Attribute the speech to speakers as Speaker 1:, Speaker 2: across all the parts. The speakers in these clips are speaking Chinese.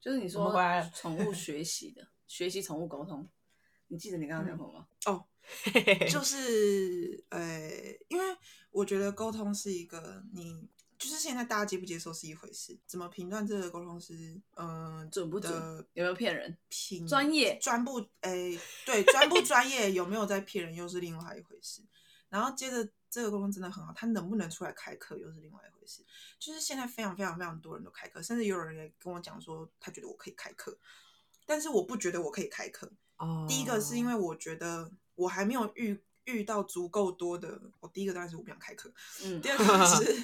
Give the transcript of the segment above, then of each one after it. Speaker 1: 就是你
Speaker 2: 我
Speaker 1: 说
Speaker 2: 们回 来了
Speaker 1: 宠物学习的，学习宠物沟通，你记得你刚刚讲什么吗？
Speaker 3: 就是呃，因为我觉得沟通是一个你。就是现在大家接不接受是一回事，怎么评断这个沟通师，嗯、
Speaker 1: 准不准
Speaker 3: 的
Speaker 1: 有没有骗人？
Speaker 3: 品
Speaker 1: 专业
Speaker 3: 专不诶、对，专不专业有没有在骗人又是另外一回事。然后接着这个沟通真的很好，他能不能出来开课又是另外一回事。就是现在非常非常非常多人都开课，甚至有人也跟我讲说他觉得我可以开课，但是我不觉得我可以开课。
Speaker 2: 哦
Speaker 3: 第一个是因为我觉得我还没有遇遇到足够多的，我、第一个当然是我不想开课，
Speaker 1: 嗯
Speaker 3: 第，二个 是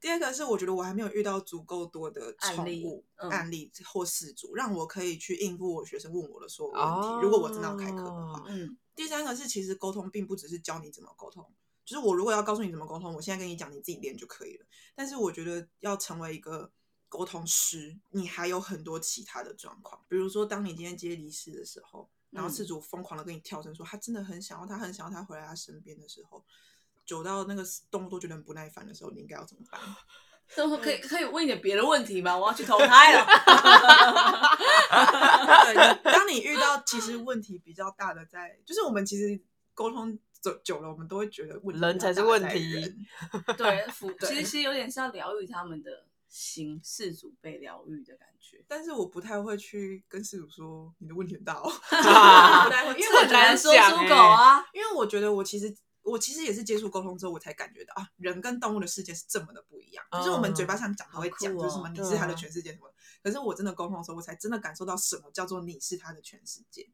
Speaker 3: 第二个是我觉得我还没有遇到足够多的
Speaker 1: 案
Speaker 3: 宠
Speaker 1: 例
Speaker 3: 物
Speaker 1: 嗯
Speaker 3: 案例或事主，让我可以去应付我学生问我的所有问题。如果我真的要开课的话，
Speaker 2: 哦
Speaker 1: 嗯，
Speaker 3: 第三个是其实沟通并不只是教你怎么沟通。就是我如果要告诉你怎么沟通，我现在跟你讲，你自己练就可以了。但是我觉得要成为一个沟通师，你还有很多其他的状况，比如说当你今天接离世的时候，然后
Speaker 1: 嗯
Speaker 3: 事主疯狂的跟你跳针说他真的很想要他，很想要他回来他身边的时候，久到那个动物都觉得很不耐烦的时候，你应该要怎么办？
Speaker 1: 这么可以可以问一点别的问题吗？我要去投胎了。
Speaker 3: 对，当你遇到其实问题比较大的在，就是我们其实沟通久久了，我们都会觉得问题
Speaker 2: 人
Speaker 3: 比较
Speaker 2: 才是
Speaker 3: 大的
Speaker 2: 问
Speaker 3: 在
Speaker 2: 题
Speaker 3: 人
Speaker 1: 对，辅
Speaker 3: 对
Speaker 1: 其实其实有点是要疗愈他们的心，事主被疗愈的感觉。
Speaker 3: 但是我不太会去跟事主说你的问题 很大哦，
Speaker 2: 啊
Speaker 3: 不太会，因
Speaker 1: 因
Speaker 3: 为
Speaker 1: 为
Speaker 3: 我
Speaker 1: 我
Speaker 3: 觉
Speaker 1: 很
Speaker 3: 得，
Speaker 1: 难
Speaker 2: 难
Speaker 1: 说
Speaker 2: 讲
Speaker 1: 出
Speaker 2: 欸
Speaker 1: 口 啊，
Speaker 3: 因为我觉得我其实我其实也是接触沟通之后，我才感觉到啊，人跟动物的世界是这么的不一样。就是我们嘴巴上讲都会讲，
Speaker 1: 好酷哦
Speaker 3: 就是什么你
Speaker 2: 对啊
Speaker 3: 是他的全世界什么，可是我真的沟通的时候，我才真的感受到什么叫做你是他的全世界。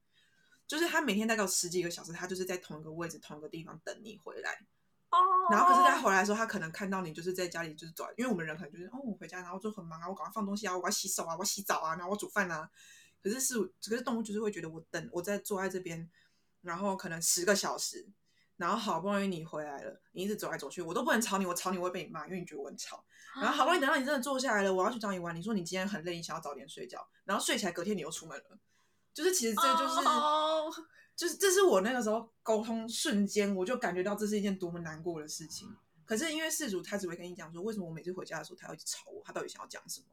Speaker 3: 就是他每天大概有十几个小时，他就是在同一个位置、同一个地方等你回来。然后可是
Speaker 1: 哦
Speaker 3: 他回来的时候，他可能看到你就是在家里就是走来，因为我们人可能就是哦，我回家然后就很忙啊，我赶快放东西啊，我要洗手啊，我要洗澡啊，然后我煮饭啊。可是是，可是动物就是会觉得我等我在坐在这边，然后可能十个小时，然后好不容易你回来了，你一直走来走去，我都不能吵你，我吵你我会被你骂，因为你觉得我很吵。
Speaker 1: 啊
Speaker 3: 然后好不容易等到你真的坐下来了，我要去找你玩，你说你今天很累，你想要早点睡觉，然后睡起来隔天你又出门了，就是其实这就是。
Speaker 1: 哦
Speaker 3: 就是这是我那个时候沟通瞬间，我就感觉到这是一件多么难过的事情。可是因为事主他只会跟你讲说，为什么我每次回家的时候他要一直吵我，他到底想要讲什么？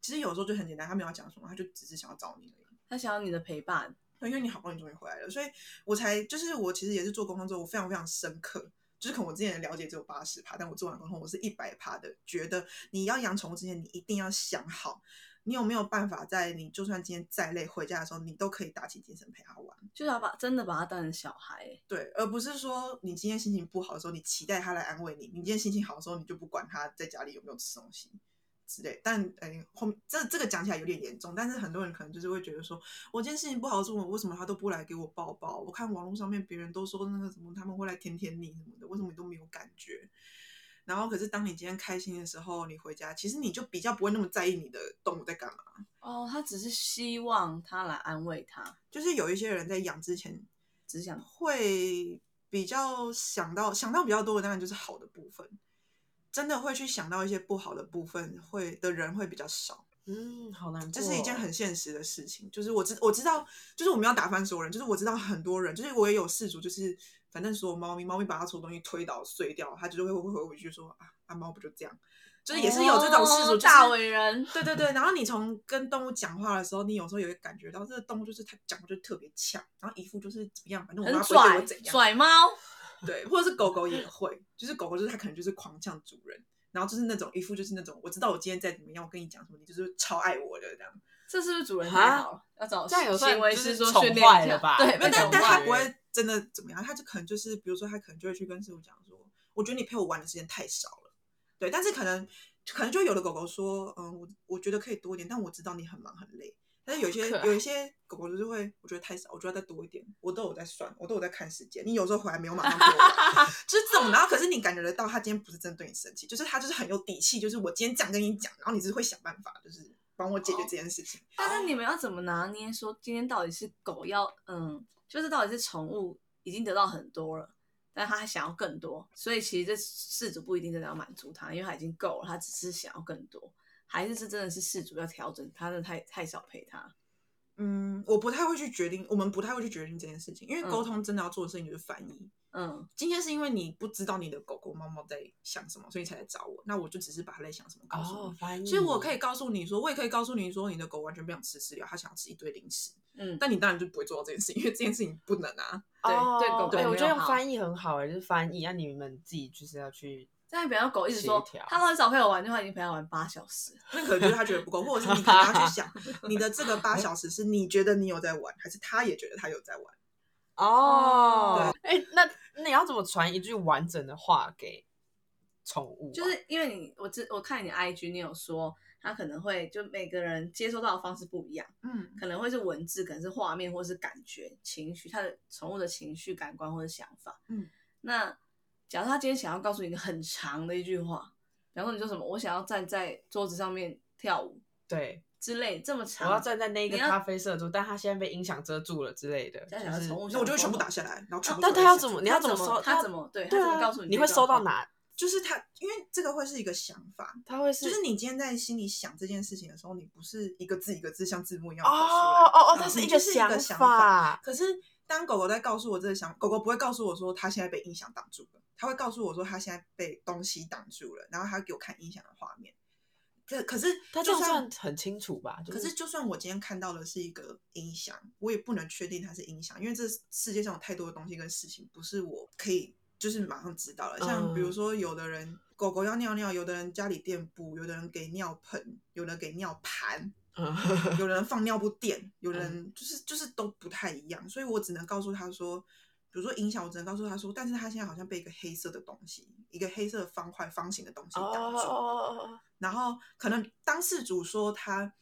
Speaker 3: 其实有时候就很简单，他没有要讲什么，他就只是想要找你而已。
Speaker 1: 他想要你的陪伴，
Speaker 3: 对因为你好不容易终于回来了，所以我才就是我其实也是做沟通之后，我非常非常深刻，就是可能我之前的了解只有八十趴，但我做完沟通我是一百趴的，觉得你要养宠物之前，你一定要想好，你有没有办法在你就算今天再累回家的时候，你都可以打起精神陪他玩。
Speaker 1: 就是要把真的把他当成小孩欸。
Speaker 3: 对，而不是说你今天心情不好的时候，你期待他来安慰你；你今天心情好的时候，你就不管他在家里有没有吃东西之类。但哎、后面这这个讲起来有点严重，但是很多人可能就是会觉得说，我今天心情不好的时候，为什么他都不来给我抱抱？我看网络上面别人都说那个什么他们会来舔舔你什么的，为什么你都没有感觉？然后可是当你今天开心的时候，你回家，其实你就比较不会那么在意你的动物在干嘛。
Speaker 1: 哦，他只是希望他来安慰他，
Speaker 3: 就是有一些人在养之前，
Speaker 1: 只想
Speaker 3: 会比较想到想到比较多的，当然就是好的部分，真的会去想到一些不好的部分，会的人会比较少，
Speaker 2: 嗯，好难过哦，
Speaker 3: 这是一件很现实的事情。就是我知我知道，就是我们要打翻所有人，就是我知道很多人，就是我也有事主，就是反正所有猫咪，猫咪把它所有东西推倒碎掉，它就是会会会回去说啊啊猫不就这样，就是也是有这种事
Speaker 1: 哦
Speaker 3: 主，就是
Speaker 1: 大伟人，
Speaker 3: 对对对，然后你从跟动物讲话的时候，你有时候也会感觉到这个动物就是它讲话就特别呛，然后一副就是怎么样，反正我妈
Speaker 1: 很
Speaker 3: 不会对
Speaker 1: 拽
Speaker 3: 我怎样，
Speaker 1: 拽猫，
Speaker 3: 对，或者是狗狗也会，就是狗狗就是它可能就是狂呛主人，然后就是那种一副就是那种我知道我今天再怎么样，我跟你讲什么，你就是超爱我的这样。
Speaker 1: 这是不是主人
Speaker 2: 啊
Speaker 1: 太好了？要找
Speaker 2: 这样有算
Speaker 1: 行为
Speaker 2: 就是
Speaker 1: 师说
Speaker 2: 宠
Speaker 1: 训练
Speaker 2: 坏
Speaker 1: 一下
Speaker 2: 了吧
Speaker 1: 对，
Speaker 3: 没有，但
Speaker 2: 宠
Speaker 3: 但它
Speaker 2: 坏
Speaker 3: 不会真的怎么样，它就可能就是比如说它可能就会去跟师傅讲说，我觉得你陪我玩的时间太少了。对，但是可能可能就有的狗狗说，嗯，我我觉得可以多一点，但我知道你很忙很累。但是有些
Speaker 2: 可爱
Speaker 3: 有一些狗狗就是会，我觉得太少，我觉得再多一点，我都有在算，我都有在看时间。你有时候回来没有马上陪我玩， 就是这种，然后可是你感觉得到他今天不是真的对你生气，就是他就是很有底气，就是我今天这样跟你讲，然后你是会想办法，就是帮我解
Speaker 2: 哦
Speaker 3: 决这件事情。
Speaker 1: 但是你们要怎么拿捏？说今天到底是狗要，嗯，就是到底是宠物已经得到很多了，但它还想要更多，所以其实这事主不一定真的要满足它，因为它已经够了，它只是想要更多，还是这真的是事主要调整，它真的太太少陪它。
Speaker 3: 嗯，我不太会去决定，我们不太会去决定这件事情，因为
Speaker 1: 嗯
Speaker 3: 沟通真的要做的事情就是翻译。
Speaker 1: 嗯
Speaker 3: 今天是因为你不知道你的狗狗、猫猫在想什么，所以你才来找我。那我就只是把它在想什么告诉你。
Speaker 2: 哦，翻译，
Speaker 3: 所以我可
Speaker 2: 以
Speaker 3: 以告诉你说，我也可以告诉你说，你的狗完全不想吃饲料，它想要吃一堆零食。
Speaker 1: 嗯，
Speaker 3: 但你当然就不会做到这件事，因为这件事情不能啊。
Speaker 1: 对对狗狗
Speaker 2: 对，
Speaker 1: 没
Speaker 2: 哦哎我觉得
Speaker 1: 有
Speaker 2: 用
Speaker 1: 好
Speaker 2: 翻译很好哎，就是翻译，那你们自己就是要去，
Speaker 1: 这样比方狗一直说
Speaker 2: 协调
Speaker 1: 他很少陪我玩，就他已经陪他玩八小时了，
Speaker 3: 那可能就是他觉得不够，或者是你可能要 去想，你的这个八小时是你觉得你有在玩，还是他也觉得他有在玩？
Speaker 2: 哦，哎，那那你要怎么传一句完整的话给宠物啊？
Speaker 1: 就是因为你我知我看你 IG 你有说他可能会就每个人接收到的方式不一样，
Speaker 3: 嗯，
Speaker 1: 可能会是文字，可能是画面，或是感觉、情绪，他的宠物的情绪、感官或者想法。
Speaker 3: 嗯，
Speaker 1: 那假如他今天想要告诉你一个很长的一句话，比方说你说什么，我想要站在桌子上面跳舞
Speaker 2: 对，
Speaker 1: 之类，这么
Speaker 2: 我
Speaker 1: 长，
Speaker 2: 要站在那一个
Speaker 1: 你要
Speaker 2: 咖啡色桌，但他现在被音响遮住了之类的，
Speaker 1: 要想要
Speaker 2: 就是
Speaker 1: 宠物
Speaker 3: 那
Speaker 1: 想
Speaker 3: 我就会全部
Speaker 1: 说
Speaker 3: 打下来，然后全
Speaker 2: 啊
Speaker 3: 部。
Speaker 2: 但他要怎么？？你要
Speaker 1: 他
Speaker 2: 怎
Speaker 1: 怎
Speaker 2: 么说？
Speaker 1: 他怎么对
Speaker 2: 对
Speaker 1: 他怎
Speaker 2: 啊
Speaker 1: 么告诉你？
Speaker 2: 你会收到？哪？
Speaker 3: 就是他，因为这个会是一个想法，
Speaker 2: 他会是
Speaker 3: 就是你今天在心里想这件事情的时候，你不是一个字一个字像字幕一样
Speaker 2: 哦
Speaker 3: 跑出来。
Speaker 2: 哦哦，
Speaker 3: 嗯
Speaker 2: 它是
Speaker 3: 你
Speaker 2: 一
Speaker 3: 就
Speaker 2: 个
Speaker 3: 是一个想
Speaker 2: 法，
Speaker 3: 可是当狗狗在告诉我这个想，狗狗不会告诉我说它现在被音响挡住了，它会告诉我说它现在被东西挡住了，然后它给我看音响的画面。可可是
Speaker 2: 它这
Speaker 3: 就
Speaker 2: 样
Speaker 3: 算
Speaker 2: 算很清楚吧？就
Speaker 3: 可是就算我今天看到的是一个音响，我也不能确定它是音响，因为这世界上有太多的东西跟事情不是我可以就是马上知道了。像比如
Speaker 2: 嗯
Speaker 3: 说，有的人狗狗要尿尿，有的人家里垫布，有的人给尿盆，有人给尿盘，
Speaker 2: 嗯
Speaker 3: 有人放尿布垫，有人就是就是都不太一样，所以我只能告诉他说，比如说影响，我只能告诉他说，但是他现在好像被一个黑色的东西，一个黑色的方块方形的东西
Speaker 2: 哦
Speaker 3: 挡住，
Speaker 2: 哦
Speaker 3: 然后可能当事主说他。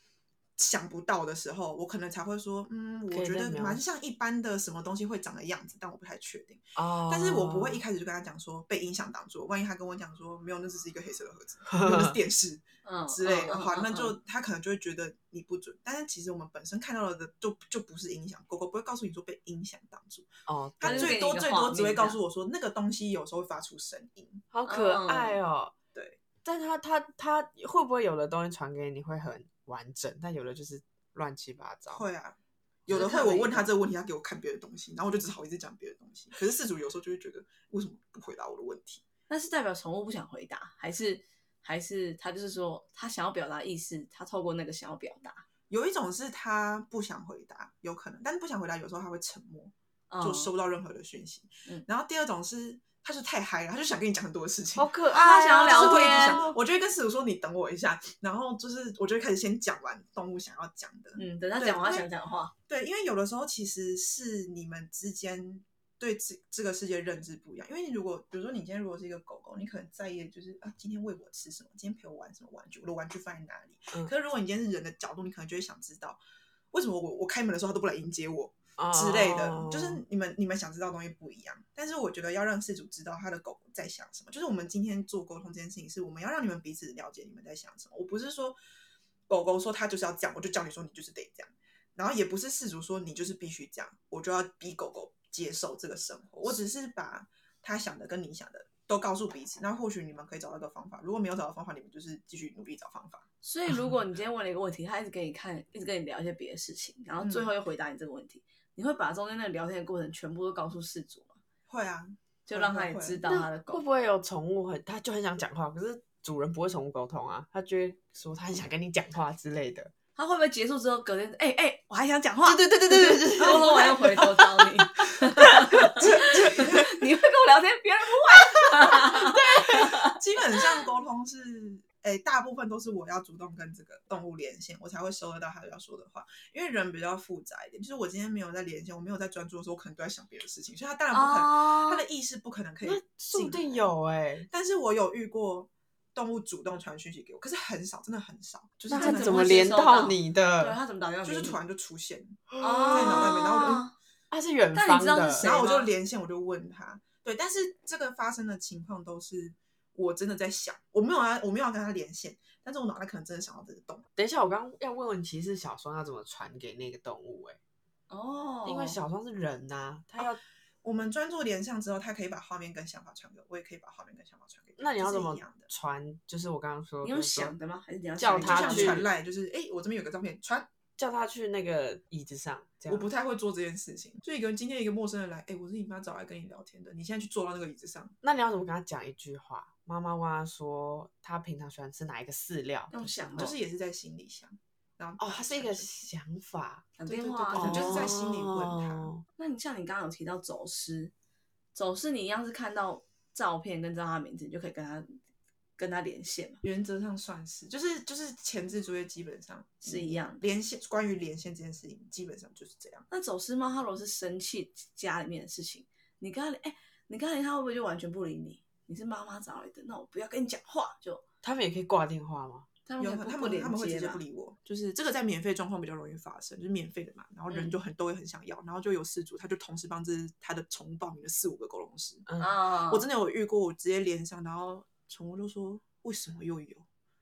Speaker 3: 想不到的时候，我可能才会说，嗯，
Speaker 2: 可
Speaker 3: 我
Speaker 2: 以
Speaker 3: 觉
Speaker 2: 再
Speaker 3: 得
Speaker 2: 描
Speaker 3: 蛮
Speaker 2: 述
Speaker 3: 像一般的什么东西会长的样子，但我不太确定。
Speaker 2: 哦，
Speaker 3: 但是我不会一开始就跟他讲说被音响挡住，万一他跟我讲说没有，那只是一个黑色的 盒子，没有那是电视，
Speaker 1: 嗯，
Speaker 3: 之类的
Speaker 1: 嗯
Speaker 3: 话，那就
Speaker 1: 嗯
Speaker 3: 他可能就会觉得你不准。但是其实我们本身看到的就就不是音响，狗狗不会告诉你说被音响挡住，
Speaker 2: 哦，
Speaker 3: 它
Speaker 1: 它就
Speaker 3: 最
Speaker 1: 给你
Speaker 3: 多
Speaker 1: 一个
Speaker 3: 最
Speaker 1: 画
Speaker 3: 多只会
Speaker 1: 面
Speaker 3: 告
Speaker 1: 这
Speaker 3: 诉我说那个东西有时候会发出声音。
Speaker 2: 好可爱哦。
Speaker 3: 对，
Speaker 2: 但它它它会不会有的东西传给你会很完整，但有的就是乱七八糟？
Speaker 3: 会啊，
Speaker 1: 就
Speaker 3: 有
Speaker 1: 是
Speaker 3: 的会
Speaker 1: 看
Speaker 3: 我
Speaker 1: 每
Speaker 3: 问
Speaker 1: 个
Speaker 3: 他这个问题，他给我看别的东西，然后我就只好一直讲别的东西。可是事主有时候就会觉得为什么不回答我的问题？
Speaker 1: 那是代表宠物不想回答，还是还是他就是说他想要表达意思，他透过那个想要表达，
Speaker 3: 有一种是他不想回答，有可能，但是不想回答有时候他会沉默，就
Speaker 1: 嗯
Speaker 3: 收不到任何的讯息。
Speaker 1: 嗯
Speaker 3: 然后第二种是他就太嗨了，他就想跟你讲很多事情，
Speaker 2: 好可爱、
Speaker 1: 啊
Speaker 2: 啊，
Speaker 1: 他想要
Speaker 3: 就是
Speaker 1: 聊
Speaker 3: 会一直
Speaker 1: 天
Speaker 3: 想，我就会跟室友说你等我一下，然后就是我就会开始先讲完动物想要讲的。
Speaker 1: 嗯，等他
Speaker 3: 对
Speaker 1: 讲完
Speaker 3: 因
Speaker 1: 他想
Speaker 3: 为
Speaker 1: 讲的话，
Speaker 3: 对，因为有的时候其实是你们之间对这这个世界认知不一样。因为如果比如说你今天如果是一个狗狗，你可能在意的就是啊，今天喂我吃什么，今天陪我玩什么玩具，我的玩具放在哪里。
Speaker 2: 嗯
Speaker 3: 可是如果你今天是人的角度，你可能就会想知道。为什么我我开门的时候他都不来迎接我
Speaker 2: 哦
Speaker 3: 之类的就是你们你们想知道的东西不一样，但是我觉得要让事主知道他的狗在想什么，就是我们今天做沟通这件事情，是我们要让你们彼此了解你们在想什么。我不是说狗狗说它就是要这样，我就叫你说你就是得这样，然后也不是事主说你就是必须这样，我就要逼狗狗接受这个生活。我只是把他想的跟你想的都告诉彼此，那或许你们可以找到一个方法。如果没有找到方法，你们就是继续努力找方法。
Speaker 1: 所以，如果你今天问了一个问题，他一直跟你看，一直跟你聊一些别的事情，然后最后又回答你这个问题，你会把中间那个聊天的过程全部都告诉事主吗？
Speaker 3: 会啊，
Speaker 1: 就
Speaker 3: 会
Speaker 1: 让
Speaker 3: 会
Speaker 1: 他也
Speaker 3: 会
Speaker 1: 知道
Speaker 2: 那
Speaker 1: 他的狗
Speaker 2: 会不会有宠物很，它就很想讲话，可是主人不会宠物沟通啊，它就会说它很想跟你讲话之类的。
Speaker 1: 他会不会结束之后隔天，哎、哎、我还想讲话，
Speaker 2: 对对对对对对
Speaker 1: 然后说我要回头找你，你会跟我聊天，别人不
Speaker 3: 基本上沟通是，诶、大部分都是我要主动跟这个动物连线，我才会收得到他要说的话。因为人比较复杂一点，就是我今天没有在连线，我没有在专注的时候，我可能都在想别的事情，所以他当然不可能，
Speaker 1: 哦
Speaker 3: 他的意识不可能可以
Speaker 2: 那说
Speaker 3: 进
Speaker 2: 不
Speaker 3: 来
Speaker 2: 定有哎、
Speaker 3: 但是我有遇过动物主动传讯息给我，可是很少，真的很少，就是
Speaker 2: 那
Speaker 1: 它
Speaker 2: 它
Speaker 3: 真的
Speaker 2: 怎
Speaker 1: 么
Speaker 2: 么
Speaker 1: 会
Speaker 2: 连
Speaker 1: 接收到
Speaker 2: 到你
Speaker 1: 对他
Speaker 2: 的？
Speaker 1: 怎么打电话
Speaker 3: 就
Speaker 1: 给你？
Speaker 3: 是突然就出现，
Speaker 2: 在
Speaker 1: 哦，
Speaker 3: 在脑袋里面然后我就嗯
Speaker 2: 它是远
Speaker 1: 但
Speaker 2: 方
Speaker 1: 你
Speaker 2: 的，
Speaker 1: 知道是谁
Speaker 3: 然后我就
Speaker 1: 吗
Speaker 3: 连线，我就问他，对，但是这个发生的情况都是我真的在想，我没有要，我没有要跟他连线，但是我脑袋可能真的想到这个动物。
Speaker 2: 等一下，我刚刚要问问题是小双要怎么传给那个动物、欸？
Speaker 1: 哦，
Speaker 2: 因为小双是人呐、它
Speaker 3: 哦
Speaker 2: 要、
Speaker 3: 我们专注联想之后，他可以把画面跟想法传给我，我也可以把画面跟想法传给他
Speaker 2: 那你要
Speaker 3: 这
Speaker 2: 怎
Speaker 3: 是
Speaker 2: 么
Speaker 3: 一样的？
Speaker 2: 传？就是我刚刚说，
Speaker 1: 你
Speaker 2: 比
Speaker 1: 用
Speaker 2: 如说
Speaker 1: 想的吗？还是你要
Speaker 2: 叫
Speaker 1: 想一
Speaker 2: 他
Speaker 3: 就
Speaker 1: 下
Speaker 3: 像
Speaker 2: 去
Speaker 3: 传赖，就是哎、诶我这边有个照片，传
Speaker 2: 叫他去那个椅子上，这样
Speaker 3: 我不太会做这件事情。就一个人今天一个陌生人来，哎、我是你妈找来跟你聊天的，你现在去坐到那个椅子上，
Speaker 2: 那你要怎么跟他讲一句话？妈妈问他说，他平常喜欢吃哪一个饲料？
Speaker 1: 用想的
Speaker 3: 就是也是在心里哦想，然后
Speaker 2: 哦，他是一个
Speaker 3: 对
Speaker 2: 想法，
Speaker 1: 讲
Speaker 3: 对对
Speaker 1: 电话啊
Speaker 3: 对
Speaker 1: 什
Speaker 3: 对
Speaker 1: 么
Speaker 3: 对就是在心里问他
Speaker 2: 哦
Speaker 1: 那你像你刚刚有提到走失，走失你一样是看到照片跟知道他的名字，你就可以跟他跟他连线嘛，
Speaker 3: 原则上算是，就是就是前置作业基本上
Speaker 1: 是一样的。
Speaker 3: 连线，关于连线这件事情基本上就是这样。
Speaker 1: 那走失猫它如果是生气家里面的事情，你跟他连哎、你跟他连他会不会就完全不理你？你是妈妈找来的，那我不要跟你讲话，就
Speaker 2: 他们也可以挂电话吗？
Speaker 1: 他们
Speaker 3: 有
Speaker 1: 可
Speaker 3: 很
Speaker 1: 能
Speaker 3: 他
Speaker 1: 不
Speaker 3: 们他们会直
Speaker 1: 连接嘛
Speaker 3: 接不理我，就是这个在免费状况比较容易发生，就是免费的嘛，然后人
Speaker 1: 嗯
Speaker 3: 就很、都会很想要，然后就有事主他就同时帮这他的宠物报名了四五个狗笼师，
Speaker 2: 嗯，
Speaker 1: 啊！
Speaker 3: 我真的有遇过，我直接连上，然后宠物就说为什么又有？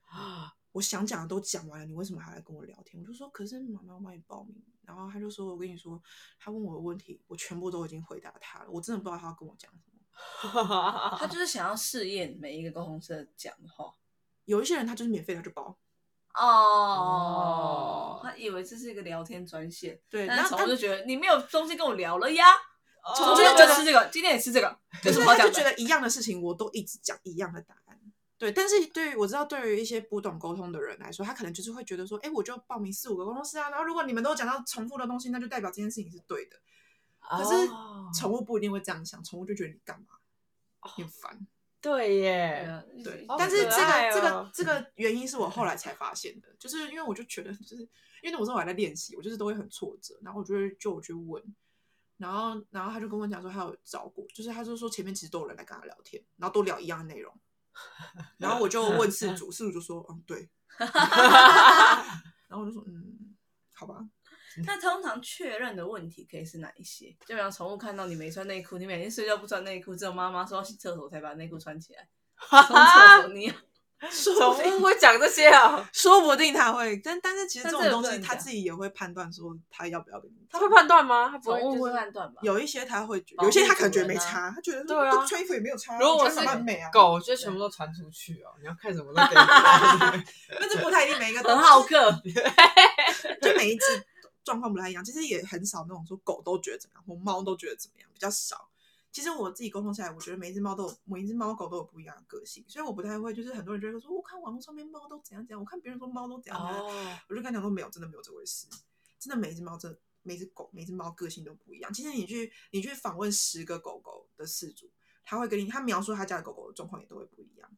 Speaker 2: 啊
Speaker 3: 我想讲的都讲完了，你为什么还来跟我聊天？我就说，可是妈妈我帮你报名。然后他就说，我跟你说，他问我的问题，我全部都已经回答他了，我真的不知道他要跟我讲什么。
Speaker 1: 他 就是想要试验每一个沟通社讲的话
Speaker 3: 有一些人他就是免费他就报，
Speaker 1: 哦，他以为这是一个聊天专线，
Speaker 3: 对，
Speaker 1: 但
Speaker 3: 然
Speaker 1: 是宠
Speaker 3: 后
Speaker 1: 物
Speaker 3: 但
Speaker 1: 就觉得你没有东西跟我聊了呀，
Speaker 3: 宠
Speaker 2: 哦
Speaker 3: 物
Speaker 1: 今天
Speaker 3: 就觉
Speaker 1: 哦就
Speaker 3: 得
Speaker 1: 吃这个，今天也吃这个，有
Speaker 3: 就
Speaker 1: 什
Speaker 3: 是
Speaker 1: 么好
Speaker 3: 他
Speaker 1: 讲
Speaker 3: 就
Speaker 1: 的
Speaker 3: 觉得一样的事情我都一直讲一样的答案。对，但是对于我知道，对于一些不懂沟通的人来说，他可能就是会觉得说，哎，我就报名四五个沟通师啊，然后如果你们都讲到重复的东西，那就代表这件事情是对的。可是
Speaker 2: 哦
Speaker 3: 宠物不一定会这样想，宠物就觉得你干嘛，你很烦。
Speaker 2: 对
Speaker 1: 对
Speaker 2: 耶，
Speaker 1: 啊
Speaker 3: 对
Speaker 2: 好，
Speaker 3: 但是
Speaker 2: 可
Speaker 3: 这
Speaker 2: 爱
Speaker 3: 个这
Speaker 2: 哦
Speaker 3: 个这个原因是我后来才发现的，就是因为我就觉得，就是因为那我时候我还在练习，我就是都会很挫折，然后我就会就我去问，然后然后他就跟我讲说他有找过，就是他就说前面其实都有人来跟他聊天，然后都聊一样的内容，然后我就问事主，事主就说嗯对，然后我就说嗯好吧，
Speaker 1: 那通常确认的问题可以是哪一些？就比方宠物看到你没穿内裤，你每天睡觉不穿内裤，只有妈妈说要去厕所才把内裤穿起 来，
Speaker 3: 啊
Speaker 1: 从厕所 你要
Speaker 3: 说 不
Speaker 2: 宠
Speaker 3: 定
Speaker 2: 物会讲这些啊？
Speaker 3: 说不定他会，但但是其实这
Speaker 1: 但
Speaker 3: 种
Speaker 1: 这个
Speaker 3: 东
Speaker 1: 不
Speaker 3: 西
Speaker 1: 能
Speaker 3: 他
Speaker 1: 讲
Speaker 3: 自己也会判断说他要不要跟你
Speaker 2: 他
Speaker 3: 讲，
Speaker 2: 会判断吗？他不
Speaker 1: 宠
Speaker 2: 会
Speaker 1: 物
Speaker 2: 就
Speaker 1: 会
Speaker 2: 是
Speaker 1: 判断吧？
Speaker 3: 有一些他会觉
Speaker 1: 保
Speaker 3: 有一些
Speaker 1: 护
Speaker 3: 他可能
Speaker 1: 主
Speaker 3: 觉得没
Speaker 1: 人啊
Speaker 3: 差，他觉得
Speaker 2: 对
Speaker 3: 说都
Speaker 2: 啊
Speaker 3: 穿衣服也没有差啊，
Speaker 2: 如果我
Speaker 3: 穿
Speaker 2: 是
Speaker 3: 什么很美啊，
Speaker 2: 狗，就全部都传出去哦。你要看什么都可以
Speaker 3: 但是不太一定 每一个
Speaker 1: 很好客，
Speaker 3: 就每一只状况不太一样。其实也很少那种说狗都觉得怎么样，或猫都觉得怎么样，比较少。其实我自己沟通下来，我觉得每一只猫都有，每一只猫狗都有不一样的个性，所以我不太会。就是很多人就会说，哦我看网络上面猫都怎样怎样，我看别人说猫都怎样怎 样，
Speaker 2: 哦，
Speaker 3: 我就跟他讲说没有，真的没有这回事，真的每一只猫真的。每只狗、每只猫个性都不一样。其实你去你去访问十个狗狗的饲主，他会跟你他描述他家的狗狗的状况也都会不一样。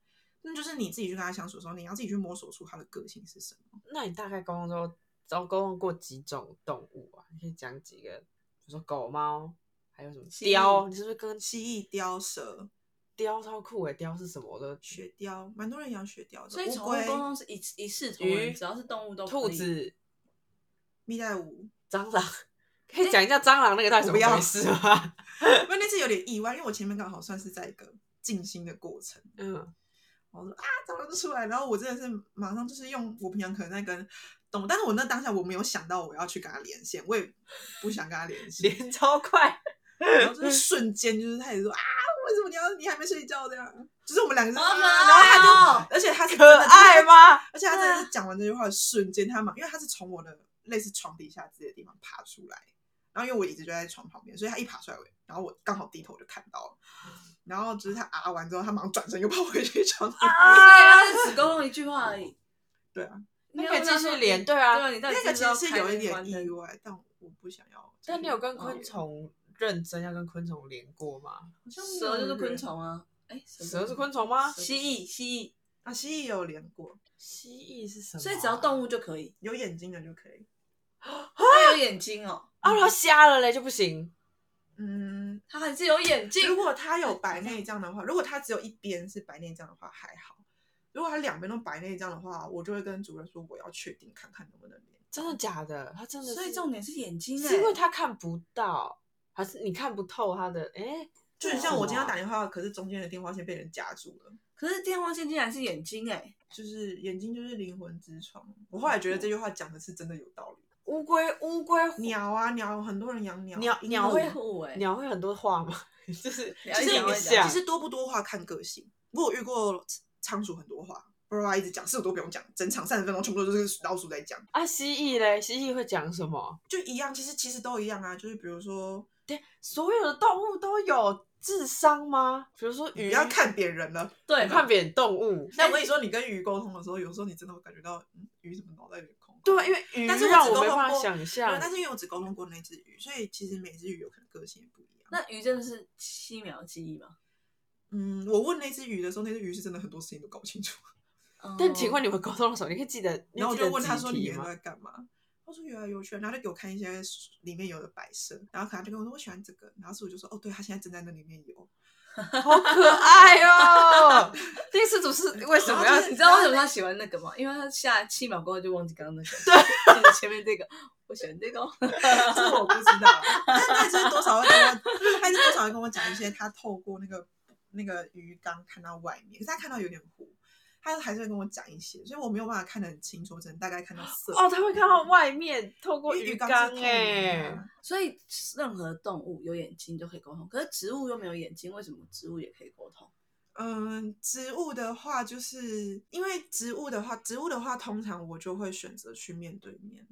Speaker 3: 那就是你自己去跟他相处的时候，你要自己去摸索出它的个性是什么。
Speaker 2: 那你大概沟通中，总共过几种动物啊？你可以讲几个，比如说狗、猫，还有什么
Speaker 3: 蜥蜴
Speaker 2: 雕？你是不是跟
Speaker 3: 蜥蜴、雕、蛇、
Speaker 2: 雕超酷诶？雕是什么？我都
Speaker 3: 雪貂，蛮多人养雪貂的。
Speaker 1: 所以
Speaker 3: 乌
Speaker 1: 宠物沟
Speaker 3: 龟、
Speaker 1: 通是一一视同
Speaker 2: 鱼
Speaker 1: 仁，只要是动物都可以
Speaker 2: 兔，子、
Speaker 3: 蜜 袋鼯，
Speaker 2: 蟑螂，可以讲一下蟑螂那个到底怎
Speaker 3: 我
Speaker 2: 么
Speaker 3: 不要
Speaker 2: 回事吗？
Speaker 3: 因为那次有点意外，因为我前面刚好算是在一个静心的过程，
Speaker 2: 嗯，
Speaker 3: 然后说啊，蟑螂就出来，然后我真的是马上就是用我平常可能在跟懂，但是我那当下我没有想到我要去跟他连线，我也不想跟他连线，
Speaker 2: 脸超 快，
Speaker 3: 然后就是瞬间就是他也说啊，为什么你要你还没睡觉这样？就是我们两个人，
Speaker 1: 好可
Speaker 3: 然后他就，
Speaker 1: 爱哦，
Speaker 3: 而且他是
Speaker 2: 可爱
Speaker 3: 吗？
Speaker 2: 吗？
Speaker 3: 而且他真的是讲完这句话的瞬间，他马，因为他是从我的类似床底下之类的地方爬出来，然后因为我椅子就在床旁边，所以他一爬出来，我然后我刚好低头就看到了，然后就是他啊完之后，他马上转身又跑回去床底。
Speaker 1: 啊，只沟通一句话而已，
Speaker 3: 对啊，
Speaker 2: 那
Speaker 1: 你
Speaker 2: 可以
Speaker 1: 有没有
Speaker 2: 继
Speaker 1: 说
Speaker 2: 续连
Speaker 1: 你
Speaker 2: 对啊
Speaker 1: 对啊，你到底知不
Speaker 3: 那个其
Speaker 1: 知道
Speaker 3: 实是
Speaker 1: 开
Speaker 3: 有一
Speaker 1: 灯
Speaker 3: 点
Speaker 1: 关
Speaker 3: 意
Speaker 1: 灯
Speaker 3: 外，但我不想要。哦
Speaker 2: 但你有跟昆虫认真要跟昆虫连过吗？
Speaker 3: 好像没有
Speaker 1: 蛇就是昆
Speaker 3: 人
Speaker 1: 虫啊，哎，
Speaker 2: 蛇是昆虫啊吗？
Speaker 1: 蜥蜴，蜥
Speaker 3: 啊，蜥蜴也有连过，
Speaker 2: 蜥蜴是什么
Speaker 1: 蜴，
Speaker 2: 啊？
Speaker 1: 所以只要动物就可以，
Speaker 3: 有眼睛的就可以。
Speaker 1: 它有眼睛哦，
Speaker 2: 啊，它瞎了嘞就不行。
Speaker 3: 嗯，
Speaker 1: 它还是有眼睛
Speaker 3: 如，果它
Speaker 2: 呃
Speaker 3: 有白内障的话，如果它只有一边是白内障的话还好，如果它两边都白内障的话，我就会跟主任说我要确定看看能不能连。
Speaker 2: 真的假的？它真的是？
Speaker 1: 所以重点是眼睛哎，
Speaker 2: 是因为它看不到，还是你看不透它的？哎、
Speaker 3: 就很像我今天要打
Speaker 2: 是吗
Speaker 3: 电话，可是中间的电话线被人夹住了，
Speaker 1: 可是电话线竟然是眼睛哎、
Speaker 3: 就是眼睛就是灵魂之窗。我后来觉得这句话讲的是真的有道 理。
Speaker 2: 乌龟，乌龟
Speaker 3: 鸟啊鸟，很多人养鸟，
Speaker 2: 鸟
Speaker 3: 鹦鹉
Speaker 2: 鸟
Speaker 1: 会
Speaker 2: 会欸
Speaker 1: 虎哎、
Speaker 2: 鸟会很多话吗？ 就是
Speaker 1: 了解
Speaker 2: 就是一
Speaker 1: 了
Speaker 2: 个
Speaker 1: 解
Speaker 2: 像
Speaker 3: 其，实多不多话看个性。我有遇过仓鼠很多话，巴拉巴拉一直讲，四十多不用讲，整场三十分钟全部都是老鼠在讲，
Speaker 2: 啊，蜥蜴嘞，蜥蜴会讲什么？
Speaker 3: 就一样。其实其实都一样啊，就是比如说，
Speaker 2: 对，所有的动物都有智商吗？比如说
Speaker 3: 你
Speaker 2: 鱼，
Speaker 3: 不要看扁人 了。
Speaker 1: 对
Speaker 2: 你看扁动物，
Speaker 3: 但我跟你说，你跟鱼沟通的时候，有时候你真的会感觉到，嗯，鱼怎么脑袋有点空空。
Speaker 2: 对，因为鱼
Speaker 3: 但是我
Speaker 2: 让
Speaker 3: 只
Speaker 2: 我
Speaker 3: 沟
Speaker 2: 没
Speaker 3: 通
Speaker 2: 办法
Speaker 3: 过
Speaker 2: 想
Speaker 3: 没有
Speaker 2: 象。
Speaker 3: 但是因为我只沟通过那只鱼，所以其实每只鱼有可能个性也不一样。
Speaker 1: 那鱼真的是七秒记忆吗？
Speaker 3: 嗯，我问那只鱼的时候，那只鱼是真的很多事情都搞不清楚。
Speaker 2: 但请问
Speaker 1: 哦
Speaker 2: 你们沟通的时候，你可以记得？你
Speaker 3: 然后我
Speaker 2: 记
Speaker 3: 就
Speaker 2: 得
Speaker 3: 问他
Speaker 2: 集
Speaker 3: 说：“
Speaker 2: 体
Speaker 3: 你每天都
Speaker 2: 吗？
Speaker 3: 在干嘛？”他说：“有来有去。”然后就给我看一些里面有的摆设，然后可能就跟我说：“我喜欢这个。”然后所以我就说：“哦，对，他现在正在那里面 游。
Speaker 2: 好可爱哦！电视主是为什么
Speaker 3: 然
Speaker 2: 要
Speaker 3: 后就？是
Speaker 1: 你知道为什么他喜欢那个吗？因为他下七秒过后就忘记刚刚那个，对，就是 前面这个，我喜欢这个哦。”
Speaker 3: 这我不知道，但是他就是多少会跟我，他是多少会跟我讲一些他透过那个那个鱼缸看到外面，可是他看到有点糊，他还是会跟我讲一些，所以我没有办法看得很清楚，我只能大概看到色。
Speaker 2: 哦，他会看到外面透过
Speaker 3: 因为
Speaker 2: 鱼
Speaker 3: 鱼缸
Speaker 2: 缸
Speaker 3: 是透明
Speaker 2: 哎、
Speaker 3: 的啊
Speaker 1: 所以任何动物有眼睛就可以沟通，可是植物又没有眼睛，为什么植物也可以沟通？
Speaker 3: 嗯，植物的话，就是因为植物的话，植物的话，通常我就会选择去面对面，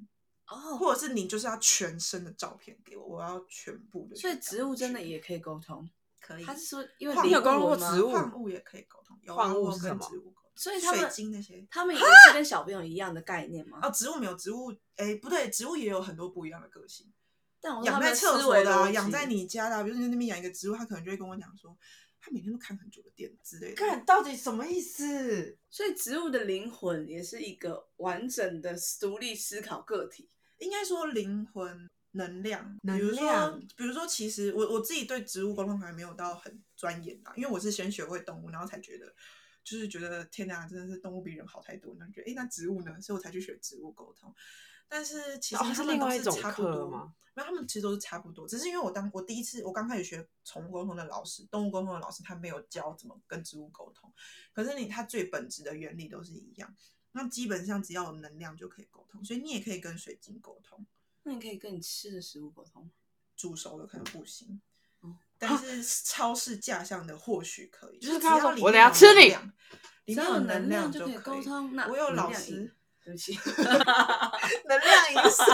Speaker 1: 哦，
Speaker 3: 或者是你就是要全身的照片给我，我要全部的去
Speaker 1: 所
Speaker 3: 感觉。
Speaker 1: 以植物真的也可以沟通。
Speaker 3: 可以
Speaker 1: 他是说因为
Speaker 3: 矿
Speaker 1: 灵
Speaker 2: 你有沟通
Speaker 1: 魂
Speaker 2: 过
Speaker 1: 吗
Speaker 2: 植物
Speaker 3: 矿物也可以沟通，有啊
Speaker 2: 矿物
Speaker 3: 我有
Speaker 2: 是
Speaker 3: 跟
Speaker 2: 什么
Speaker 3: 植物沟通，
Speaker 1: 所以他们
Speaker 3: 水晶那些。
Speaker 1: 他们也是跟小朋友一样的概念吗？
Speaker 3: 哦，植物没有植物，哎，不对，植物也有很多不一样的个性。
Speaker 1: 但哦我说他
Speaker 3: 养
Speaker 1: 们
Speaker 3: 在厕
Speaker 1: 思
Speaker 3: 所
Speaker 1: 维
Speaker 3: 的啊，
Speaker 1: 逻辑
Speaker 3: 养在你家的啊，比如你在那边养一个植物，它可能就会跟我讲说，它每天都看很久的电之类的。
Speaker 2: 看到底什么意思？
Speaker 1: 所以植物的灵魂也是一个完整的独立思考个体。
Speaker 3: 应该说灵魂能量，
Speaker 2: 能
Speaker 3: 比如说
Speaker 2: 量，
Speaker 3: 比如说，其实我我自己对植物沟通还没有到很钻研啊，因为我是先学会动物，然后才觉得，就是觉得天哪，真的是动物比人好太多，然后觉得诶，那植物呢？所以我才去学植物沟通。但是其实
Speaker 2: 哦
Speaker 3: 他
Speaker 2: 是
Speaker 3: 们
Speaker 2: 另
Speaker 3: 都
Speaker 2: 外一
Speaker 3: 是
Speaker 2: 种
Speaker 3: 差不多
Speaker 2: 课吗？
Speaker 3: 没有，他们其实都是差不多，只是因为我当我第一次我刚开始学宠物沟通的老师，动物沟通的老师他没有教怎么跟植物沟通，可是你它最本质的原理都是一样。那基本上只要有能量就可以沟通，所以你也可以跟水晶沟通。
Speaker 1: 那你可以跟你吃的食物沟通吗。
Speaker 3: 煮熟了可能不行
Speaker 1: 嗯，
Speaker 3: 但是超市架上的或许可以。
Speaker 2: 就是
Speaker 3: 只
Speaker 2: 他说
Speaker 3: 要里面
Speaker 2: 我等下
Speaker 3: 有
Speaker 2: 吃
Speaker 3: 能
Speaker 2: 你
Speaker 3: 量，
Speaker 1: 只
Speaker 3: 里面
Speaker 1: 要有
Speaker 3: 能
Speaker 1: 能量就
Speaker 3: 就
Speaker 1: 可以沟通那
Speaker 3: 我有
Speaker 1: 能
Speaker 3: 老
Speaker 1: 量
Speaker 3: 师，
Speaker 1: 对不 起，
Speaker 3: 能量饮水。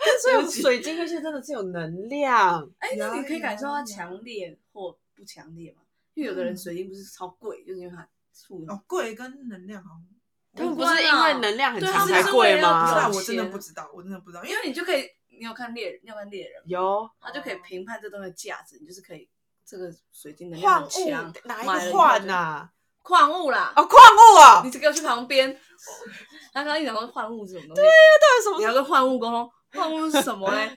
Speaker 2: 但是有水晶那些真的是有能量，
Speaker 1: 哎，那你可以感受
Speaker 3: 有
Speaker 1: 到
Speaker 3: 啊
Speaker 1: 强烈或不强烈吗？因为有的人
Speaker 3: 嗯
Speaker 1: 水晶不是超贵，就是因为它醋
Speaker 3: 哦，贵跟能量好像，
Speaker 2: 他们
Speaker 1: 无
Speaker 2: 不是
Speaker 1: 关
Speaker 2: 因为
Speaker 1: 啊
Speaker 2: 能量很
Speaker 1: 对
Speaker 2: 强
Speaker 1: 他们
Speaker 2: 才
Speaker 1: 是为了
Speaker 2: 贵
Speaker 3: 不知
Speaker 1: 要
Speaker 3: 道，
Speaker 2: 吗
Speaker 1: 赚？
Speaker 3: 我真的
Speaker 1: 钱
Speaker 3: 不知道，我真的不知道，因
Speaker 1: 因
Speaker 3: 为
Speaker 1: 为你就可以，你有看猎，你有看猎人吗，
Speaker 2: 有
Speaker 1: 他就可以
Speaker 3: 啊
Speaker 1: 评判这东西的价值，你就是可以这个水晶能量
Speaker 2: 矿
Speaker 1: 很
Speaker 2: 物
Speaker 1: 强，
Speaker 2: 哪
Speaker 1: 买了
Speaker 2: 一
Speaker 1: 以
Speaker 2: 个
Speaker 1: 后
Speaker 2: 换
Speaker 1: 就
Speaker 2: 呐、
Speaker 1: 矿物啦
Speaker 2: 啊？，哦，矿物啊！
Speaker 1: 你只给我去旁 边。他刚刚一讲到矿物是什么东西，
Speaker 3: 啊
Speaker 2: 到底
Speaker 1: 你
Speaker 2: 什
Speaker 1: 要
Speaker 2: 么？
Speaker 1: 跟矿物沟通，矿物是什么嘞？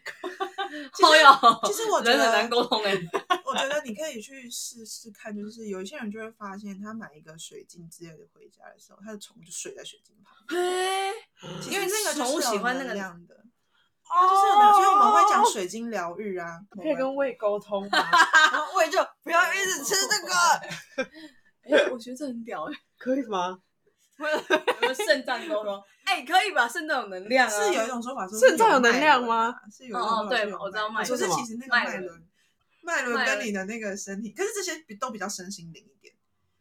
Speaker 1: 好哟，
Speaker 3: 其实我觉
Speaker 1: 人很
Speaker 3: 得
Speaker 1: 难，沟 通哎。
Speaker 3: 我觉得你可以去试试看，就是有一些人就会发现，他买一个水晶之类的回家的时候，他的宠物就睡在水晶旁
Speaker 1: 嘿，
Speaker 3: 边，
Speaker 1: 因为那个
Speaker 3: 其实
Speaker 1: 宠物
Speaker 3: 是有
Speaker 1: 喜欢那
Speaker 3: 能
Speaker 1: 个
Speaker 3: 量的。
Speaker 2: 哦
Speaker 3: 就是有的，所以我们会讲水晶疗愈啊，
Speaker 2: 可以跟胃沟通吗？然后胃就不要一直吃这个，
Speaker 1: 哎，我觉得这很屌 哎，
Speaker 2: 可以吗？
Speaker 1: 我们肾脏沟通，哎，可以吧？肾脏有能量啊，
Speaker 3: 是有一种说法说
Speaker 2: 肾脏有能
Speaker 3: 脉
Speaker 2: 量
Speaker 3: 轮
Speaker 2: 吗
Speaker 3: 啊？是有一种
Speaker 1: 哦
Speaker 3: 说法
Speaker 1: 对
Speaker 3: 是有
Speaker 1: 我知道
Speaker 3: 脉轮
Speaker 1: 脉
Speaker 3: 可是
Speaker 2: 轮
Speaker 3: 其实那个
Speaker 1: 脉
Speaker 3: 脉
Speaker 1: 轮
Speaker 3: 轮，脉轮
Speaker 1: 脉
Speaker 3: 跟
Speaker 1: 轮
Speaker 3: 你的那个身体，可是这些比都比较身心灵一点。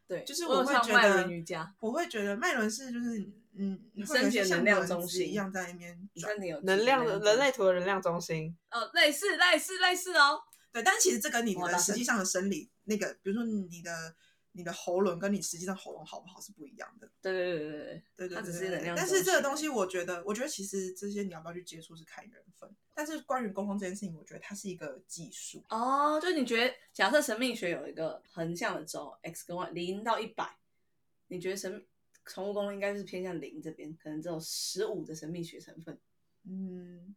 Speaker 1: 对，
Speaker 3: 就是
Speaker 1: 我有
Speaker 3: 会
Speaker 1: 上
Speaker 3: 觉
Speaker 1: 麦
Speaker 3: 得
Speaker 1: 伦瑜伽，
Speaker 3: 我会觉得脉轮是就是嗯，
Speaker 1: 你
Speaker 3: 会有
Speaker 1: 身体
Speaker 3: 一些
Speaker 1: 的
Speaker 3: 像
Speaker 1: 能量
Speaker 3: 轮
Speaker 1: 中
Speaker 3: 子
Speaker 1: 心
Speaker 3: 一样在那边
Speaker 1: 你
Speaker 3: 转。
Speaker 1: 身体有
Speaker 2: 能量的人类
Speaker 1: 类
Speaker 2: 图的能量中心，
Speaker 1: 哦，类似类似类似哦，
Speaker 3: 对，但其实这跟你
Speaker 1: 我大
Speaker 3: 的
Speaker 1: 声
Speaker 3: 实际上的生理那个，比如说你的你的喉咙跟你实际上喉咙好不好是不一样的。
Speaker 1: 对对对对对，
Speaker 3: 对对
Speaker 1: 它
Speaker 3: 对
Speaker 1: 只
Speaker 3: 对
Speaker 1: 是能
Speaker 3: 对
Speaker 1: 量
Speaker 3: 但
Speaker 1: 中
Speaker 3: 是这个
Speaker 1: 心
Speaker 3: 东西，我觉得，我觉得其实这些你要不要去接触是看缘分。但是关于沟通这件事情，我觉得它是一个技术。
Speaker 1: 哦，就你觉得，假设神秘学有一个横向的轴，x 跟 y 零到一百，你觉得神宠物公应该是偏向零这边，可能只有十五的神秘学成分，
Speaker 3: 嗯，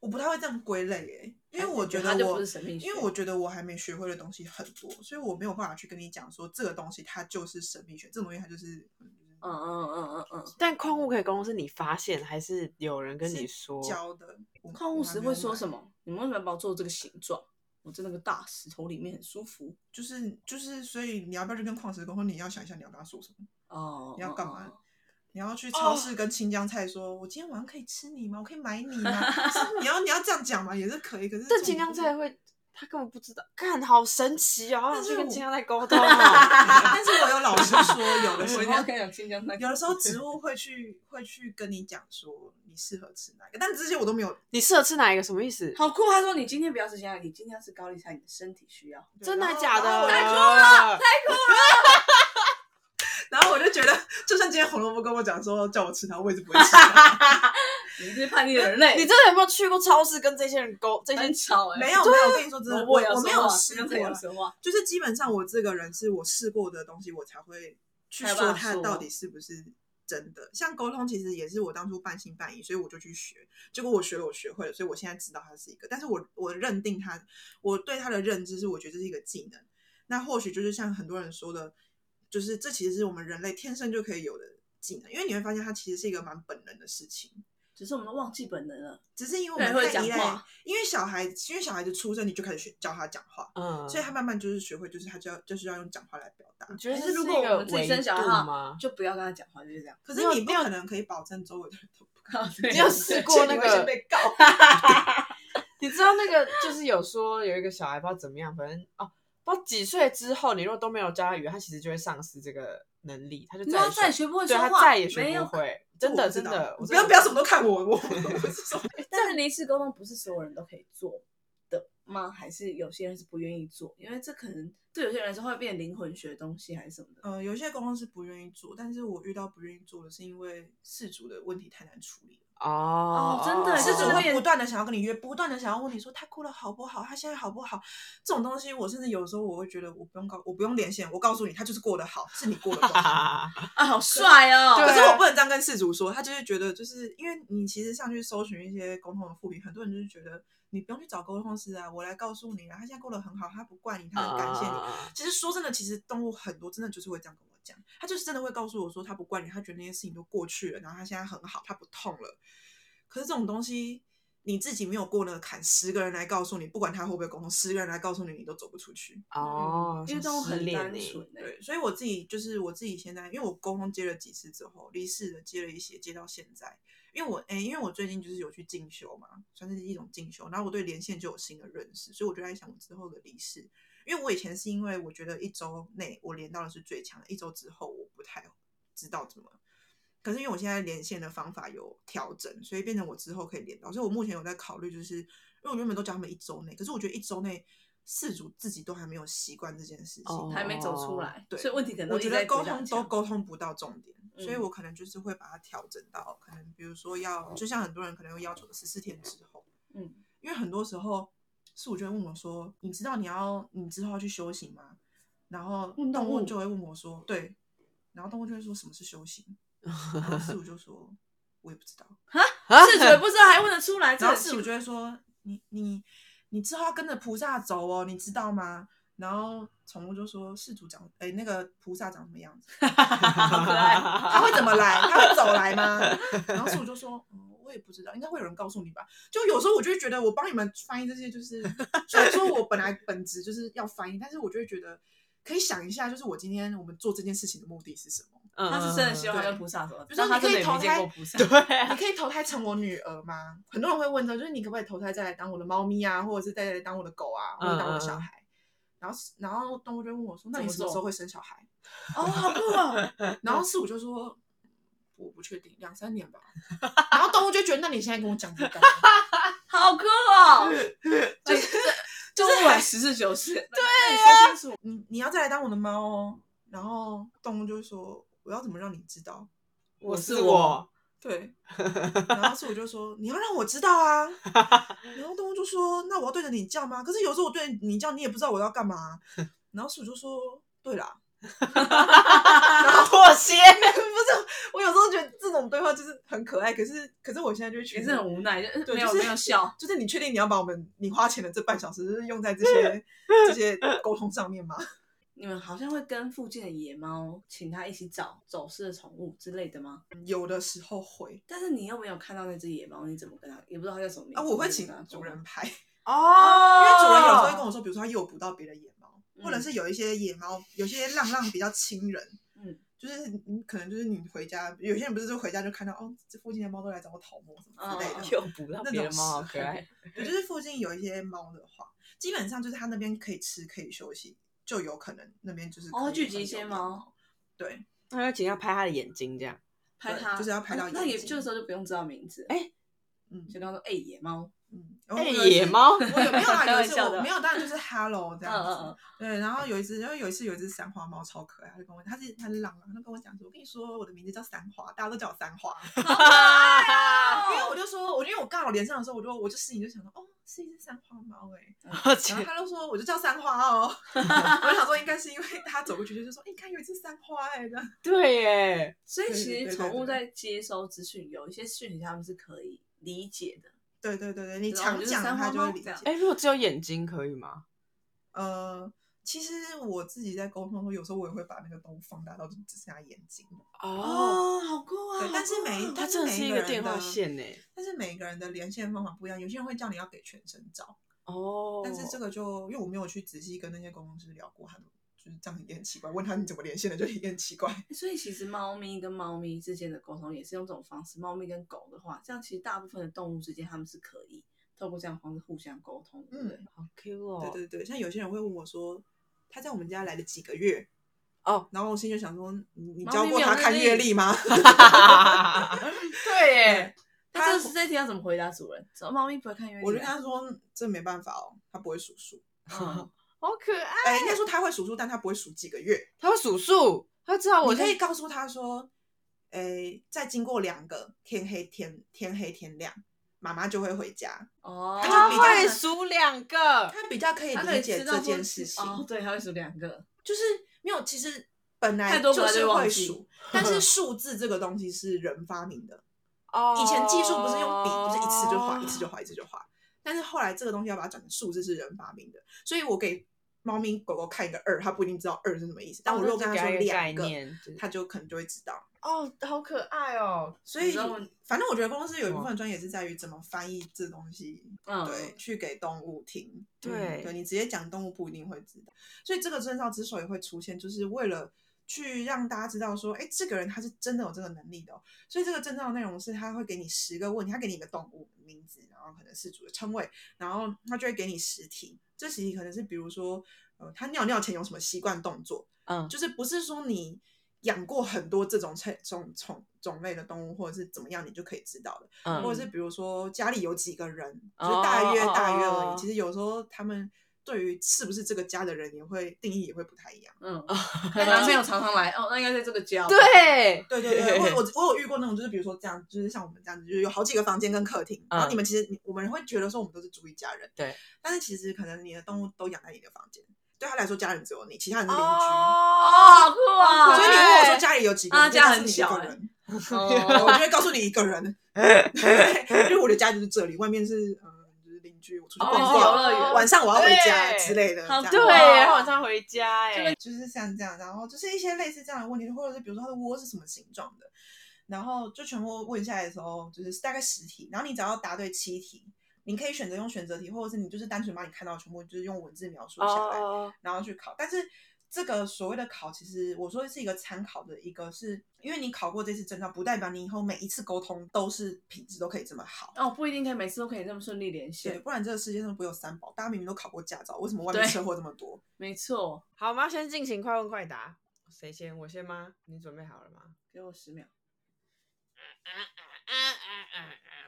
Speaker 3: 我不太会这样归类诶、
Speaker 1: 还
Speaker 3: 因为
Speaker 1: 是
Speaker 3: 我
Speaker 1: 你
Speaker 3: 觉
Speaker 1: 它
Speaker 3: 得
Speaker 1: 就
Speaker 3: 我
Speaker 1: 不是，神秘学，
Speaker 3: 因为我觉得我还没学会的东西很多，所以我没有办法去跟你讲说这个东西它就是神秘学，这种东西它就是嗯
Speaker 1: 嗯嗯嗯嗯
Speaker 2: 但矿物可以沟通是你发现还是有人跟你说？
Speaker 3: 教的。我
Speaker 1: 嗯，矿物石会说什？
Speaker 3: 我还没有买
Speaker 1: 么？你们为什么要把我做这个形状？我在那个大石头里面很舒服
Speaker 3: 就是就是，所以你要不要去跟矿石沟通？你要想一下你要跟他说什么。
Speaker 1: 哦。
Speaker 3: 你要干嘛
Speaker 1: 哦？哦
Speaker 3: 你要去
Speaker 2: 哦
Speaker 3: 超市跟青江菜说，我今天晚 上可以吃你吗？我可以买你吗？是你要你要这样讲嘛，也是可以。可是
Speaker 2: 但
Speaker 3: 重
Speaker 2: 金
Speaker 3: 点
Speaker 2: 刚
Speaker 3: 就是
Speaker 2: 菜会他根本不知道，看好神奇哦！好想
Speaker 3: 但是
Speaker 2: 去跟
Speaker 3: 我
Speaker 2: 青江在沟通 啊。
Speaker 3: 但是我有老师说，有的时候
Speaker 1: 跟讲新疆那
Speaker 3: 有的时候植物会去会去跟你讲说你适合吃哪个，但这些我都没有，
Speaker 2: 你适合吃哪一个？什么意思？
Speaker 1: 好酷，他说你今天不要吃香菜，你今天要吃高丽菜，你的身体需要。
Speaker 2: 真
Speaker 3: 然
Speaker 2: 的
Speaker 3: 后
Speaker 2: 假
Speaker 3: 然后
Speaker 2: 的？哦
Speaker 3: 我就
Speaker 2: 了！
Speaker 3: 然后我就觉得，就算今天红萝卜跟我讲说叫我吃它，我也是不会 吃它。
Speaker 1: 你是叛逆的 人类，
Speaker 2: 你真的有没有去过超市跟这些人沟？这些
Speaker 1: 很吵哎、
Speaker 3: 没有没有，我跟你说真的，我
Speaker 1: 也要
Speaker 3: 我没
Speaker 1: 说
Speaker 3: 有
Speaker 1: 话
Speaker 3: 试
Speaker 1: 刚才
Speaker 3: 过
Speaker 1: 有啊
Speaker 3: 啦，
Speaker 1: 说话，
Speaker 3: 就是基本上我这个人是我试过的东西，我才会去
Speaker 1: 才有办
Speaker 3: 说
Speaker 1: 法
Speaker 3: 它
Speaker 1: 说
Speaker 3: 到底是不是真的。像沟通其实也是我当初半信半疑，所以我就去学，结果我学了，我学会了，所以我现在知道它是一个，但是我我认定它，我对它的认知是我觉得这是一个技能。那或许就是像很多人说的，就是这其实是我们人类天生就可以有的技能，因为你会发现它其实是一个蛮本能的事情。
Speaker 1: 只是我们都忘记本能了。
Speaker 3: 只是因为我们
Speaker 1: 对会
Speaker 3: 太依
Speaker 1: 讲
Speaker 3: 赖
Speaker 1: 话，
Speaker 3: 因为小孩，因为小孩子出生你就开始学教他讲话，
Speaker 2: 嗯，
Speaker 3: 所以他慢慢就是学会，就是他就要就是要用讲话来表达。
Speaker 2: 你觉得
Speaker 1: 还
Speaker 2: 这
Speaker 1: 是如
Speaker 2: 一
Speaker 1: 果
Speaker 2: 个
Speaker 1: 我们自己
Speaker 2: 维
Speaker 1: 生小孩
Speaker 2: 度
Speaker 1: 的话
Speaker 2: 吗？
Speaker 1: 就不要跟他讲话，就是这样。
Speaker 3: 可
Speaker 2: 没
Speaker 3: 是
Speaker 2: 有
Speaker 3: 你不
Speaker 2: 没有
Speaker 3: 可能可以保证周围的人都不看，
Speaker 1: 你
Speaker 2: 你有试过那
Speaker 3: 你会
Speaker 2: 个
Speaker 3: 先被告。
Speaker 2: 你知道那个就是有说有一个小孩不知道怎么样，反正哦，不知道几岁之后，你如果都没有教他语言，他其实就会丧失这个能力，他就
Speaker 1: 你
Speaker 2: 再也
Speaker 1: 要再也
Speaker 2: 学
Speaker 1: 学不会
Speaker 2: 不
Speaker 1: 说
Speaker 2: 对
Speaker 1: 话，
Speaker 2: 他再也
Speaker 1: 没
Speaker 2: 学不
Speaker 1: 有。
Speaker 2: 会，
Speaker 3: 这
Speaker 2: 真
Speaker 3: 我
Speaker 2: 的真
Speaker 3: 不知道
Speaker 2: 的，我
Speaker 3: 你不
Speaker 2: 真的
Speaker 3: 要不要什么都看我， 我我不是说
Speaker 1: 但是临时沟通不是所有人都可以做的吗？还是有些人是不愿意做？因为这可能对有些人来说会变灵魂学的东西还是什 么的。
Speaker 3: 呃，有些公公是不愿意做，但是我遇到不愿意做的是因为事主的问题太难处理了，
Speaker 2: 哦
Speaker 1: 哦真的
Speaker 3: 事
Speaker 1: 是
Speaker 3: 主
Speaker 1: 真的
Speaker 3: 会不断的想要跟你约，不断的想要问你说他过得好不好，他现在好不好，这种东西我甚至有时候我会觉得我不用告，我不用连线，我告诉你他就是过得好，是你过得不
Speaker 2: 哈
Speaker 3: 好。
Speaker 2: 哈哈，
Speaker 1: 啊，好帅哦！
Speaker 2: 对
Speaker 3: 可是
Speaker 2: 啊
Speaker 3: 我不能这样跟事主说，他就是觉得，就是因为你其实上去搜寻一些沟通的副评，很多人就是觉得你不用去找沟通师啊，我来告诉你啊，他现在过得很好，他不怪你，他很感谢你。
Speaker 2: 啊
Speaker 3: 其实说真的，其实动物很多真的就是会这样跟我讲，他就是真的会告诉我说他不怪你，他觉得那些事情都过去了，然后他现在很好，他不痛了。可是这种东西你自己没有过那个坎，十个人来告诉你，不管他会不会沟通，十个人来告诉你，你都走不出去。
Speaker 2: 哦，
Speaker 1: 嗯因为动物
Speaker 2: 像失
Speaker 1: 很
Speaker 2: 恋
Speaker 1: 单
Speaker 2: 欸
Speaker 1: 纯、欸，
Speaker 3: 对，所以我自己就是我自己现在，因为我沟通接了几次之后，离世的接了一些，接到现在，因为我诶、因为我最近就是有去进修嘛，算是一种进修，然后我对连线就有新的认识，所以我就在想我之后的离世，因为我以前是因为我觉得一周内我连到的是最强的，一周之后我不太知道怎么。可是因为我现在连线的方法有调整，所以变成我之后可以连到。所以我目前有在考虑，就是因为我原本都叫他们一周内，可是我觉得一周内事主自己都还没有习惯这件事情，
Speaker 2: 哦
Speaker 1: 还没走出 来，
Speaker 3: 对
Speaker 1: 所以问题可能
Speaker 3: 我觉
Speaker 1: 一直在
Speaker 3: 得沟
Speaker 1: 鼓
Speaker 3: 通
Speaker 1: 掌
Speaker 3: 都
Speaker 1: 墙
Speaker 3: 沟通不到重点，所以
Speaker 1: 嗯
Speaker 3: 我可能就是会把它调整到可能，比如说要，就像很多人可能会要求十四天之后，
Speaker 1: 嗯，
Speaker 3: 因为很多时候是我就会问我说，你知道你要你之后要去修行吗？然后
Speaker 1: 问
Speaker 3: 动
Speaker 1: 动
Speaker 3: 物
Speaker 1: 物
Speaker 3: 就会问我说，对，然后动物就会说什么是修 行，然后四五就说，我也不知 道，
Speaker 1: 自主也不知道还问得出来，这
Speaker 3: 然
Speaker 1: 很
Speaker 3: 后四
Speaker 1: 奇
Speaker 3: 五
Speaker 1: 怪
Speaker 3: 就会说，你你你之后要跟着菩萨走哦，你知道吗？然后宠物就说：“世主长，哎，那个菩萨长什么样子？”
Speaker 1: 好可爱。
Speaker 3: 他会怎么来？他会走来吗？ 然后师傅就说，嗯，我也不知道，应该会有人告诉你吧。就有时候我就会觉得，我帮你们翻译这些，就是 虽然说我本来本职就是要翻译，但是我就会觉得可以想一下，就是我今天我们做这件事情的目的是什么？
Speaker 2: 嗯
Speaker 1: 他是真的希望
Speaker 3: 对
Speaker 1: 跟菩萨说，
Speaker 3: 比如
Speaker 1: 但
Speaker 3: 说
Speaker 1: 他
Speaker 3: 你可
Speaker 1: 真的
Speaker 3: 以
Speaker 1: 也
Speaker 3: 投
Speaker 1: 没见
Speaker 3: 胎
Speaker 1: 过菩 萨，
Speaker 2: 对，
Speaker 3: 你可以投胎成我女儿吗？很多人会问到，就是你可不可以投胎再来当我的猫咪啊，或者是再来当我的狗啊，或者当我的小孩？然后，然后动物就会问我说：“那你
Speaker 1: 怎么
Speaker 3: 什么时候
Speaker 1: 做
Speaker 3: 会生小孩？”
Speaker 1: 哦，好酷哦，
Speaker 3: 然后四五就说，嗯我不确定，两三年吧。然后动物就觉得，那你现在跟我讲这个干嘛，
Speaker 1: 好酷哦，就是
Speaker 3: 就
Speaker 1: 就是是
Speaker 3: 还
Speaker 1: 还十之九世，对啊呀，
Speaker 3: 你你要再来当我的猫哦。然后动物就说，我要怎么让你知道？
Speaker 2: 我
Speaker 1: 是
Speaker 2: 是
Speaker 1: 我
Speaker 2: 我，
Speaker 3: 对，然后四五就说，你要让我知 道啊。然后动物就说，那我要对着你叫吗？可是有时候我对你叫，你也不知道我要 干嘛。然后四五就说，对啦，
Speaker 2: 妥协，
Speaker 3: 不是，我有时候觉得这种对话就是很可爱，可是可是我现在就会觉
Speaker 1: 也
Speaker 3: 得
Speaker 1: 是很无奈，就是
Speaker 3: 对
Speaker 1: 没有
Speaker 3: 就是
Speaker 1: 没有笑，
Speaker 3: 就是你确定你要把我们你花钱的这半小时就是用在这些 这些沟通上面吗？
Speaker 1: 你们好像会跟附近的野猫，请它一起找走失的宠物之类的吗？
Speaker 3: 有的时候会
Speaker 1: 但是你又没有看到那只野猫，你怎么跟它？也不知道它叫什么名字。
Speaker 3: 啊，我会
Speaker 1: 你怎
Speaker 3: 请
Speaker 1: 么跟它沟
Speaker 3: 主
Speaker 1: 通
Speaker 3: 人拍，因
Speaker 2: 哦，
Speaker 3: 为主人有时候会跟我说，比如说他诱捕到别的野猫，
Speaker 1: 嗯
Speaker 3: 或者是有一些野猫，有些浪浪比较亲人，
Speaker 1: 嗯，
Speaker 3: 就是你可能就是你回家，有些人不是就回家就看到哦，这附近的猫都来找我讨摸什么之类
Speaker 1: 哦
Speaker 3: 的，
Speaker 1: 嗯
Speaker 2: 又捕到别的猫，好可爱。
Speaker 3: 对，就是附近有一些猫的话，基本上就是他那边可以吃可以休息，就有可能那边就是
Speaker 1: 哦
Speaker 3: 可以
Speaker 1: 聚集
Speaker 3: 很
Speaker 1: 一些
Speaker 3: 有羊
Speaker 1: 猫
Speaker 3: 毛，对，
Speaker 2: 那要请要 拍他的眼睛这样。
Speaker 1: 拍
Speaker 3: 对
Speaker 1: 它
Speaker 3: 就是要拍到
Speaker 1: 那
Speaker 3: 眼
Speaker 1: 也
Speaker 3: 睛
Speaker 1: 这个时候就不用知道名字，
Speaker 2: 哎
Speaker 3: 嗯
Speaker 1: 就跟他说哎野猫，
Speaker 3: 嗯，
Speaker 2: 哎、
Speaker 3: 然后有一
Speaker 2: 野
Speaker 3: 次
Speaker 2: 猫，
Speaker 3: 我有没有 啦？
Speaker 1: 开
Speaker 3: 有一
Speaker 1: 玩
Speaker 3: 次
Speaker 1: 笑
Speaker 3: 我
Speaker 1: 的
Speaker 3: 没有，当然就是 hello
Speaker 1: 嗯
Speaker 3: 这样子。
Speaker 1: 嗯嗯，
Speaker 3: 对，然后有一次，然后有一次有一只三花猫超可爱，它就跟我，它是它是浪浪，它跟我讲说，我跟你说我的名字叫三花，大家都叫我三花，
Speaker 1: 嗯 哦
Speaker 3: 因为我就说，我因为我刚好连上的时候，我就我就心里就想说，哦，是一只三花猫哎、然后他就说，我就叫三花哦， 我想说应该是因为他走过去就说，哎、你看有一只三花哎、这样
Speaker 2: 对耶，
Speaker 1: 所以
Speaker 3: 对
Speaker 1: 其
Speaker 3: 对
Speaker 1: 实
Speaker 3: 对
Speaker 1: 宠物
Speaker 3: 对
Speaker 1: 在接收资讯，有一些讯息他们是可以理解的。
Speaker 3: 对对对对，你
Speaker 1: 对啊我
Speaker 3: 常
Speaker 1: 就是
Speaker 3: 讲
Speaker 1: 三
Speaker 3: 它
Speaker 1: 花
Speaker 3: 就会
Speaker 1: 猫
Speaker 3: 理
Speaker 1: 这
Speaker 3: 解
Speaker 1: 样。
Speaker 2: 哎、如果只有眼睛可以吗？
Speaker 3: 呃，其实我自己在沟通的时候，有时候我也会把那个动物放大到就只剩下眼睛，
Speaker 2: 哦，，
Speaker 1: 好酷啊
Speaker 3: 对但是每一
Speaker 2: 它
Speaker 3: 但
Speaker 2: 真的是
Speaker 3: 每
Speaker 2: 一
Speaker 3: 一
Speaker 2: 个
Speaker 3: 人
Speaker 2: 电话
Speaker 3: 的
Speaker 2: 线呢。
Speaker 3: 但是每个人的连线方法不一样，有些人会叫你要给全身照，
Speaker 2: 哦，
Speaker 3: 但是这个就因为我没有去仔细跟那些工程师聊过，他们就是这样也很奇怪，问他你怎么连线的就也很奇怪。
Speaker 1: 所以其实猫咪跟猫咪之间的沟通也是用这种方式。猫咪跟狗的话，这样其实大部分的动物之间他们是可以透过这样的方式互相沟通，对不 对？
Speaker 3: 嗯
Speaker 2: 好 Q 哦，
Speaker 3: 对对对，像有些人会问我说，他在我们家来了几个月，
Speaker 2: 哦，
Speaker 3: 然后我心里就想说，你你
Speaker 1: 猫
Speaker 3: 教
Speaker 1: 咪
Speaker 3: 过
Speaker 1: 没有
Speaker 3: 他
Speaker 1: 日
Speaker 3: 看月
Speaker 1: 历
Speaker 3: 历吗？
Speaker 2: 对耶，
Speaker 1: 那这个是这一题要怎么回答主人？说猫咪不会看月
Speaker 3: 我就
Speaker 1: 亮
Speaker 3: 跟他说，这没办法哦，他不会数数。
Speaker 1: 嗯，
Speaker 2: 好可爱。
Speaker 3: 哎，应该说他会数数，但他不会数几个月。
Speaker 2: 它会数数，它知道我
Speaker 3: 你可
Speaker 2: 在
Speaker 3: 以告诉他说，诶，再经过两个天黑天天黑天亮，妈妈就会回家。
Speaker 1: 哦，
Speaker 3: 它
Speaker 2: 它
Speaker 3: 就比较
Speaker 2: 会数两个，
Speaker 3: 他比较可以
Speaker 1: 它可以
Speaker 3: 理解
Speaker 1: 知道
Speaker 3: 这
Speaker 1: 说
Speaker 3: 件事情，
Speaker 1: 哦，对，它会数两个，
Speaker 3: 就是没有，其实本来
Speaker 1: 太多
Speaker 3: 就
Speaker 1: 本来
Speaker 3: 是
Speaker 1: 就会
Speaker 3: 会
Speaker 1: 忘记
Speaker 3: 数，但是数字这个东西是人发明的。
Speaker 2: 哦
Speaker 3: 以前技术不是用笔，不是一次就画，一次就画，一次就画。但是后来这个东西要把它转成数字是人发明的，所以我给猫咪狗狗看一个二，它不一定知道二是什么意思，但我如果跟
Speaker 2: 它
Speaker 3: 它
Speaker 2: 哦
Speaker 3: 说两
Speaker 2: 个概
Speaker 3: 个，
Speaker 2: 念，就是
Speaker 3: 它就可能就会知道。
Speaker 2: 哦，好可爱哦，
Speaker 3: 所以
Speaker 1: 知道吗
Speaker 3: 反正我觉得公司有一部分专业是在于怎么翻译这东西，
Speaker 1: 嗯，
Speaker 3: 对，去给动物听。嗯
Speaker 2: 对
Speaker 3: 对你直接讲动物不一定会知道，所以这个证照之所以会出现，就是为了。去让大家知道说，哎，这个人他是真的有这个能力的、哦，所以这个证照的内容是他会给你十个问题，他给你一个动物名字，然后可能是主的称谓，然后他就会给你十题。这十题可能是比如说，呃，他尿尿前有什么习惯动作，
Speaker 2: 嗯，
Speaker 3: 就是不是说你养过很多这种菜种种种类的动物，或者是怎么样，你就可以知道的。
Speaker 2: 嗯
Speaker 3: 或者是比如说家里有几个人，
Speaker 2: 哦
Speaker 3: 就是大约
Speaker 2: 哦哦
Speaker 3: 大约而已。
Speaker 2: 哦
Speaker 3: 其实有时候他们对于是不是这个家的人也会定义也会不太一样。
Speaker 1: 嗯， 可能男朋友常常来，哦，那应该在这个家，，
Speaker 2: 对，
Speaker 3: 对对对，我我我有遇过那种，就是比如说这样，就是像我们这样子，就是有好几个房间跟客厅，然后
Speaker 2: 嗯
Speaker 3: 你们其实你我们会觉得说我们都是住一家人，
Speaker 2: 对，
Speaker 3: 但是其实可能你的动物都养在你的房间，对他来说家人只有你，其他人是邻居。
Speaker 1: 哦，
Speaker 2: 哦，
Speaker 1: 好酷啊！
Speaker 3: 所以你问我说家里有几个，
Speaker 1: 啊
Speaker 3: 我就
Speaker 1: 家
Speaker 3: 告诉
Speaker 1: 很
Speaker 3: 你一
Speaker 1: 小
Speaker 3: 个
Speaker 1: 欸
Speaker 3: 人。
Speaker 2: 哎
Speaker 1: 哦
Speaker 3: 我就会告诉你一个人， 对，因为我的家就是这里，外面是嗯、呃就是邻居，我出去逛
Speaker 1: 哦游
Speaker 3: 逛，
Speaker 1: 乐园
Speaker 3: 晚上我要回家
Speaker 2: 对
Speaker 3: 之类的，这
Speaker 1: 好哦
Speaker 3: 样
Speaker 2: 对，
Speaker 1: 哇
Speaker 2: 它晚上回家哎，
Speaker 3: 就是像这样，然后就是一些类似这样的问题，或者是比如说它的窝是什么形状的，然后就全部问下来的时候，就是大概十题，然后你只要答对七题，你可以选择用选择题，或者是你就是单纯把你看到的全部就是用文字描述
Speaker 2: 哦
Speaker 3: 下来，
Speaker 2: 哦，
Speaker 3: 然后去考。但是这个所谓的考，其实我说的是一个参考的一个是，因为你考过这次证照，不代表你以后每一次沟通都是品质都可以这么好。
Speaker 1: 哦，不一定可以每次都可以这么顺利连
Speaker 3: 对，
Speaker 1: 线，
Speaker 3: 不然这个世界上不会有三宝。大家明明都考过驾照，为什么外面
Speaker 1: 对
Speaker 3: 车祸这么多？
Speaker 1: 没错。
Speaker 2: 好，我们要先进行快问快答，谁先？我先吗？你准备好了吗？
Speaker 1: 给我十秒。
Speaker 2: 啊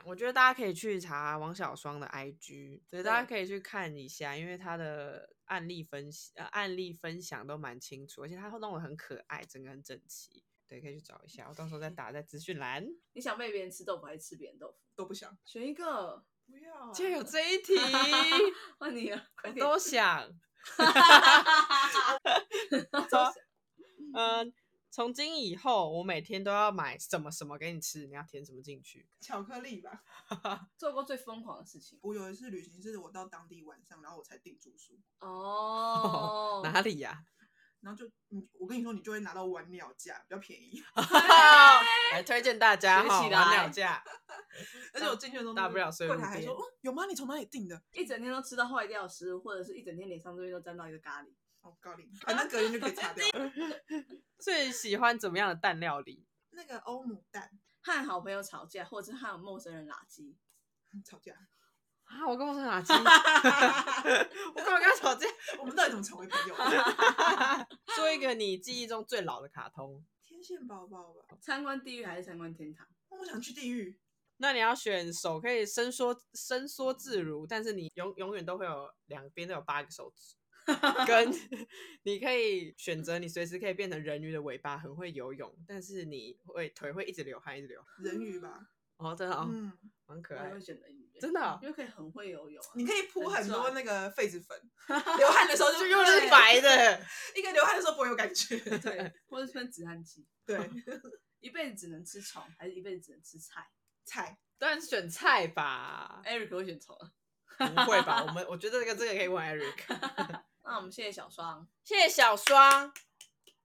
Speaker 2: 我觉得大家可以去查王小双的 IG，对，大家可以去看一下，因为他的案例分析、呃、案例分享都蛮清楚，而且他会弄得很可爱，整个很整齐。对，可以去找一下，我到时候再打在资讯栏。
Speaker 1: 你想被别人吃豆腐还是吃别人豆腐？
Speaker 3: 都不想，
Speaker 1: 选一个，
Speaker 3: 不要、啊。
Speaker 2: 就有这 一题，
Speaker 1: 换你了，快
Speaker 2: 我
Speaker 1: 点。
Speaker 2: 都想。嗯，从今以后，我每天都要买什么什么给你吃，你要填什么进去？
Speaker 3: 巧克力吧。
Speaker 1: 做过最疯狂的事情
Speaker 3: 我有一次旅行是我到当地晚上，然后我才订住宿，
Speaker 1: 哦
Speaker 2: 哪里呀、
Speaker 3: 然后就你，我跟你说，你就会拿到晚鸟价，比较便宜。
Speaker 2: 来推荐大家
Speaker 1: 学
Speaker 2: 哈，
Speaker 1: 起
Speaker 2: 玩
Speaker 1: 来
Speaker 2: 鸟架。
Speaker 3: 而且我进去的时候，
Speaker 2: 大不了睡
Speaker 3: 柜
Speaker 2: 路
Speaker 3: 台还说，
Speaker 2: 边
Speaker 3: 嗯，有吗？你从哪里订的？
Speaker 1: 一整天都吃到坏掉的食物，或者是一整天脸上这边都沾到一个咖喱。
Speaker 3: 哦，高龄，反正隔天就可以擦 掉。
Speaker 2: 最喜欢怎么样的蛋料理？
Speaker 3: 那个欧姆蛋
Speaker 1: 和好朋友吵架，或者是和陌生人拉鸡。
Speaker 3: 吵架，
Speaker 2: 啊，我跟我说哪只？我干嘛跟他吵架？
Speaker 3: 我们到底怎么成为朋友的？啊
Speaker 2: 说一个你记忆中最老的卡通，
Speaker 3: 天线宝宝吧，
Speaker 1: 参观地狱还是参观天堂？
Speaker 3: 我想去地狱。
Speaker 2: 那你要选手可以伸缩伸缩自如，但是你永永远都会有两边都有八个手 指，跟你可以选择你随时可以变成人鱼的尾巴，很会游泳，但是你会腿会一直流汗，一直流汗。
Speaker 3: 人鱼吧，
Speaker 2: 哦，真的哦，
Speaker 3: 嗯，
Speaker 2: 蛮可
Speaker 1: 我
Speaker 2: 爱
Speaker 1: 也
Speaker 2: 的
Speaker 1: 会。选人鱼，
Speaker 2: 真的哦
Speaker 1: 因为可以很会游泳啊。
Speaker 3: 你可以铺很多
Speaker 1: 很
Speaker 3: 那个痱子 粉，流汗的时候就
Speaker 2: 就又是白 的，
Speaker 3: 一个流汗的时候不会有感觉。
Speaker 1: 对，或者分止汗剂，
Speaker 3: 对，
Speaker 1: 一辈子只能吃虫，还是一辈子只能吃菜
Speaker 3: 菜
Speaker 2: 当然是选菜 吧？
Speaker 1: ？Eric 会选虫啊。
Speaker 2: 不会吧？我们我觉得这个这个可以问 Eric。
Speaker 1: 那我们谢谢小双，
Speaker 2: 谢谢小双，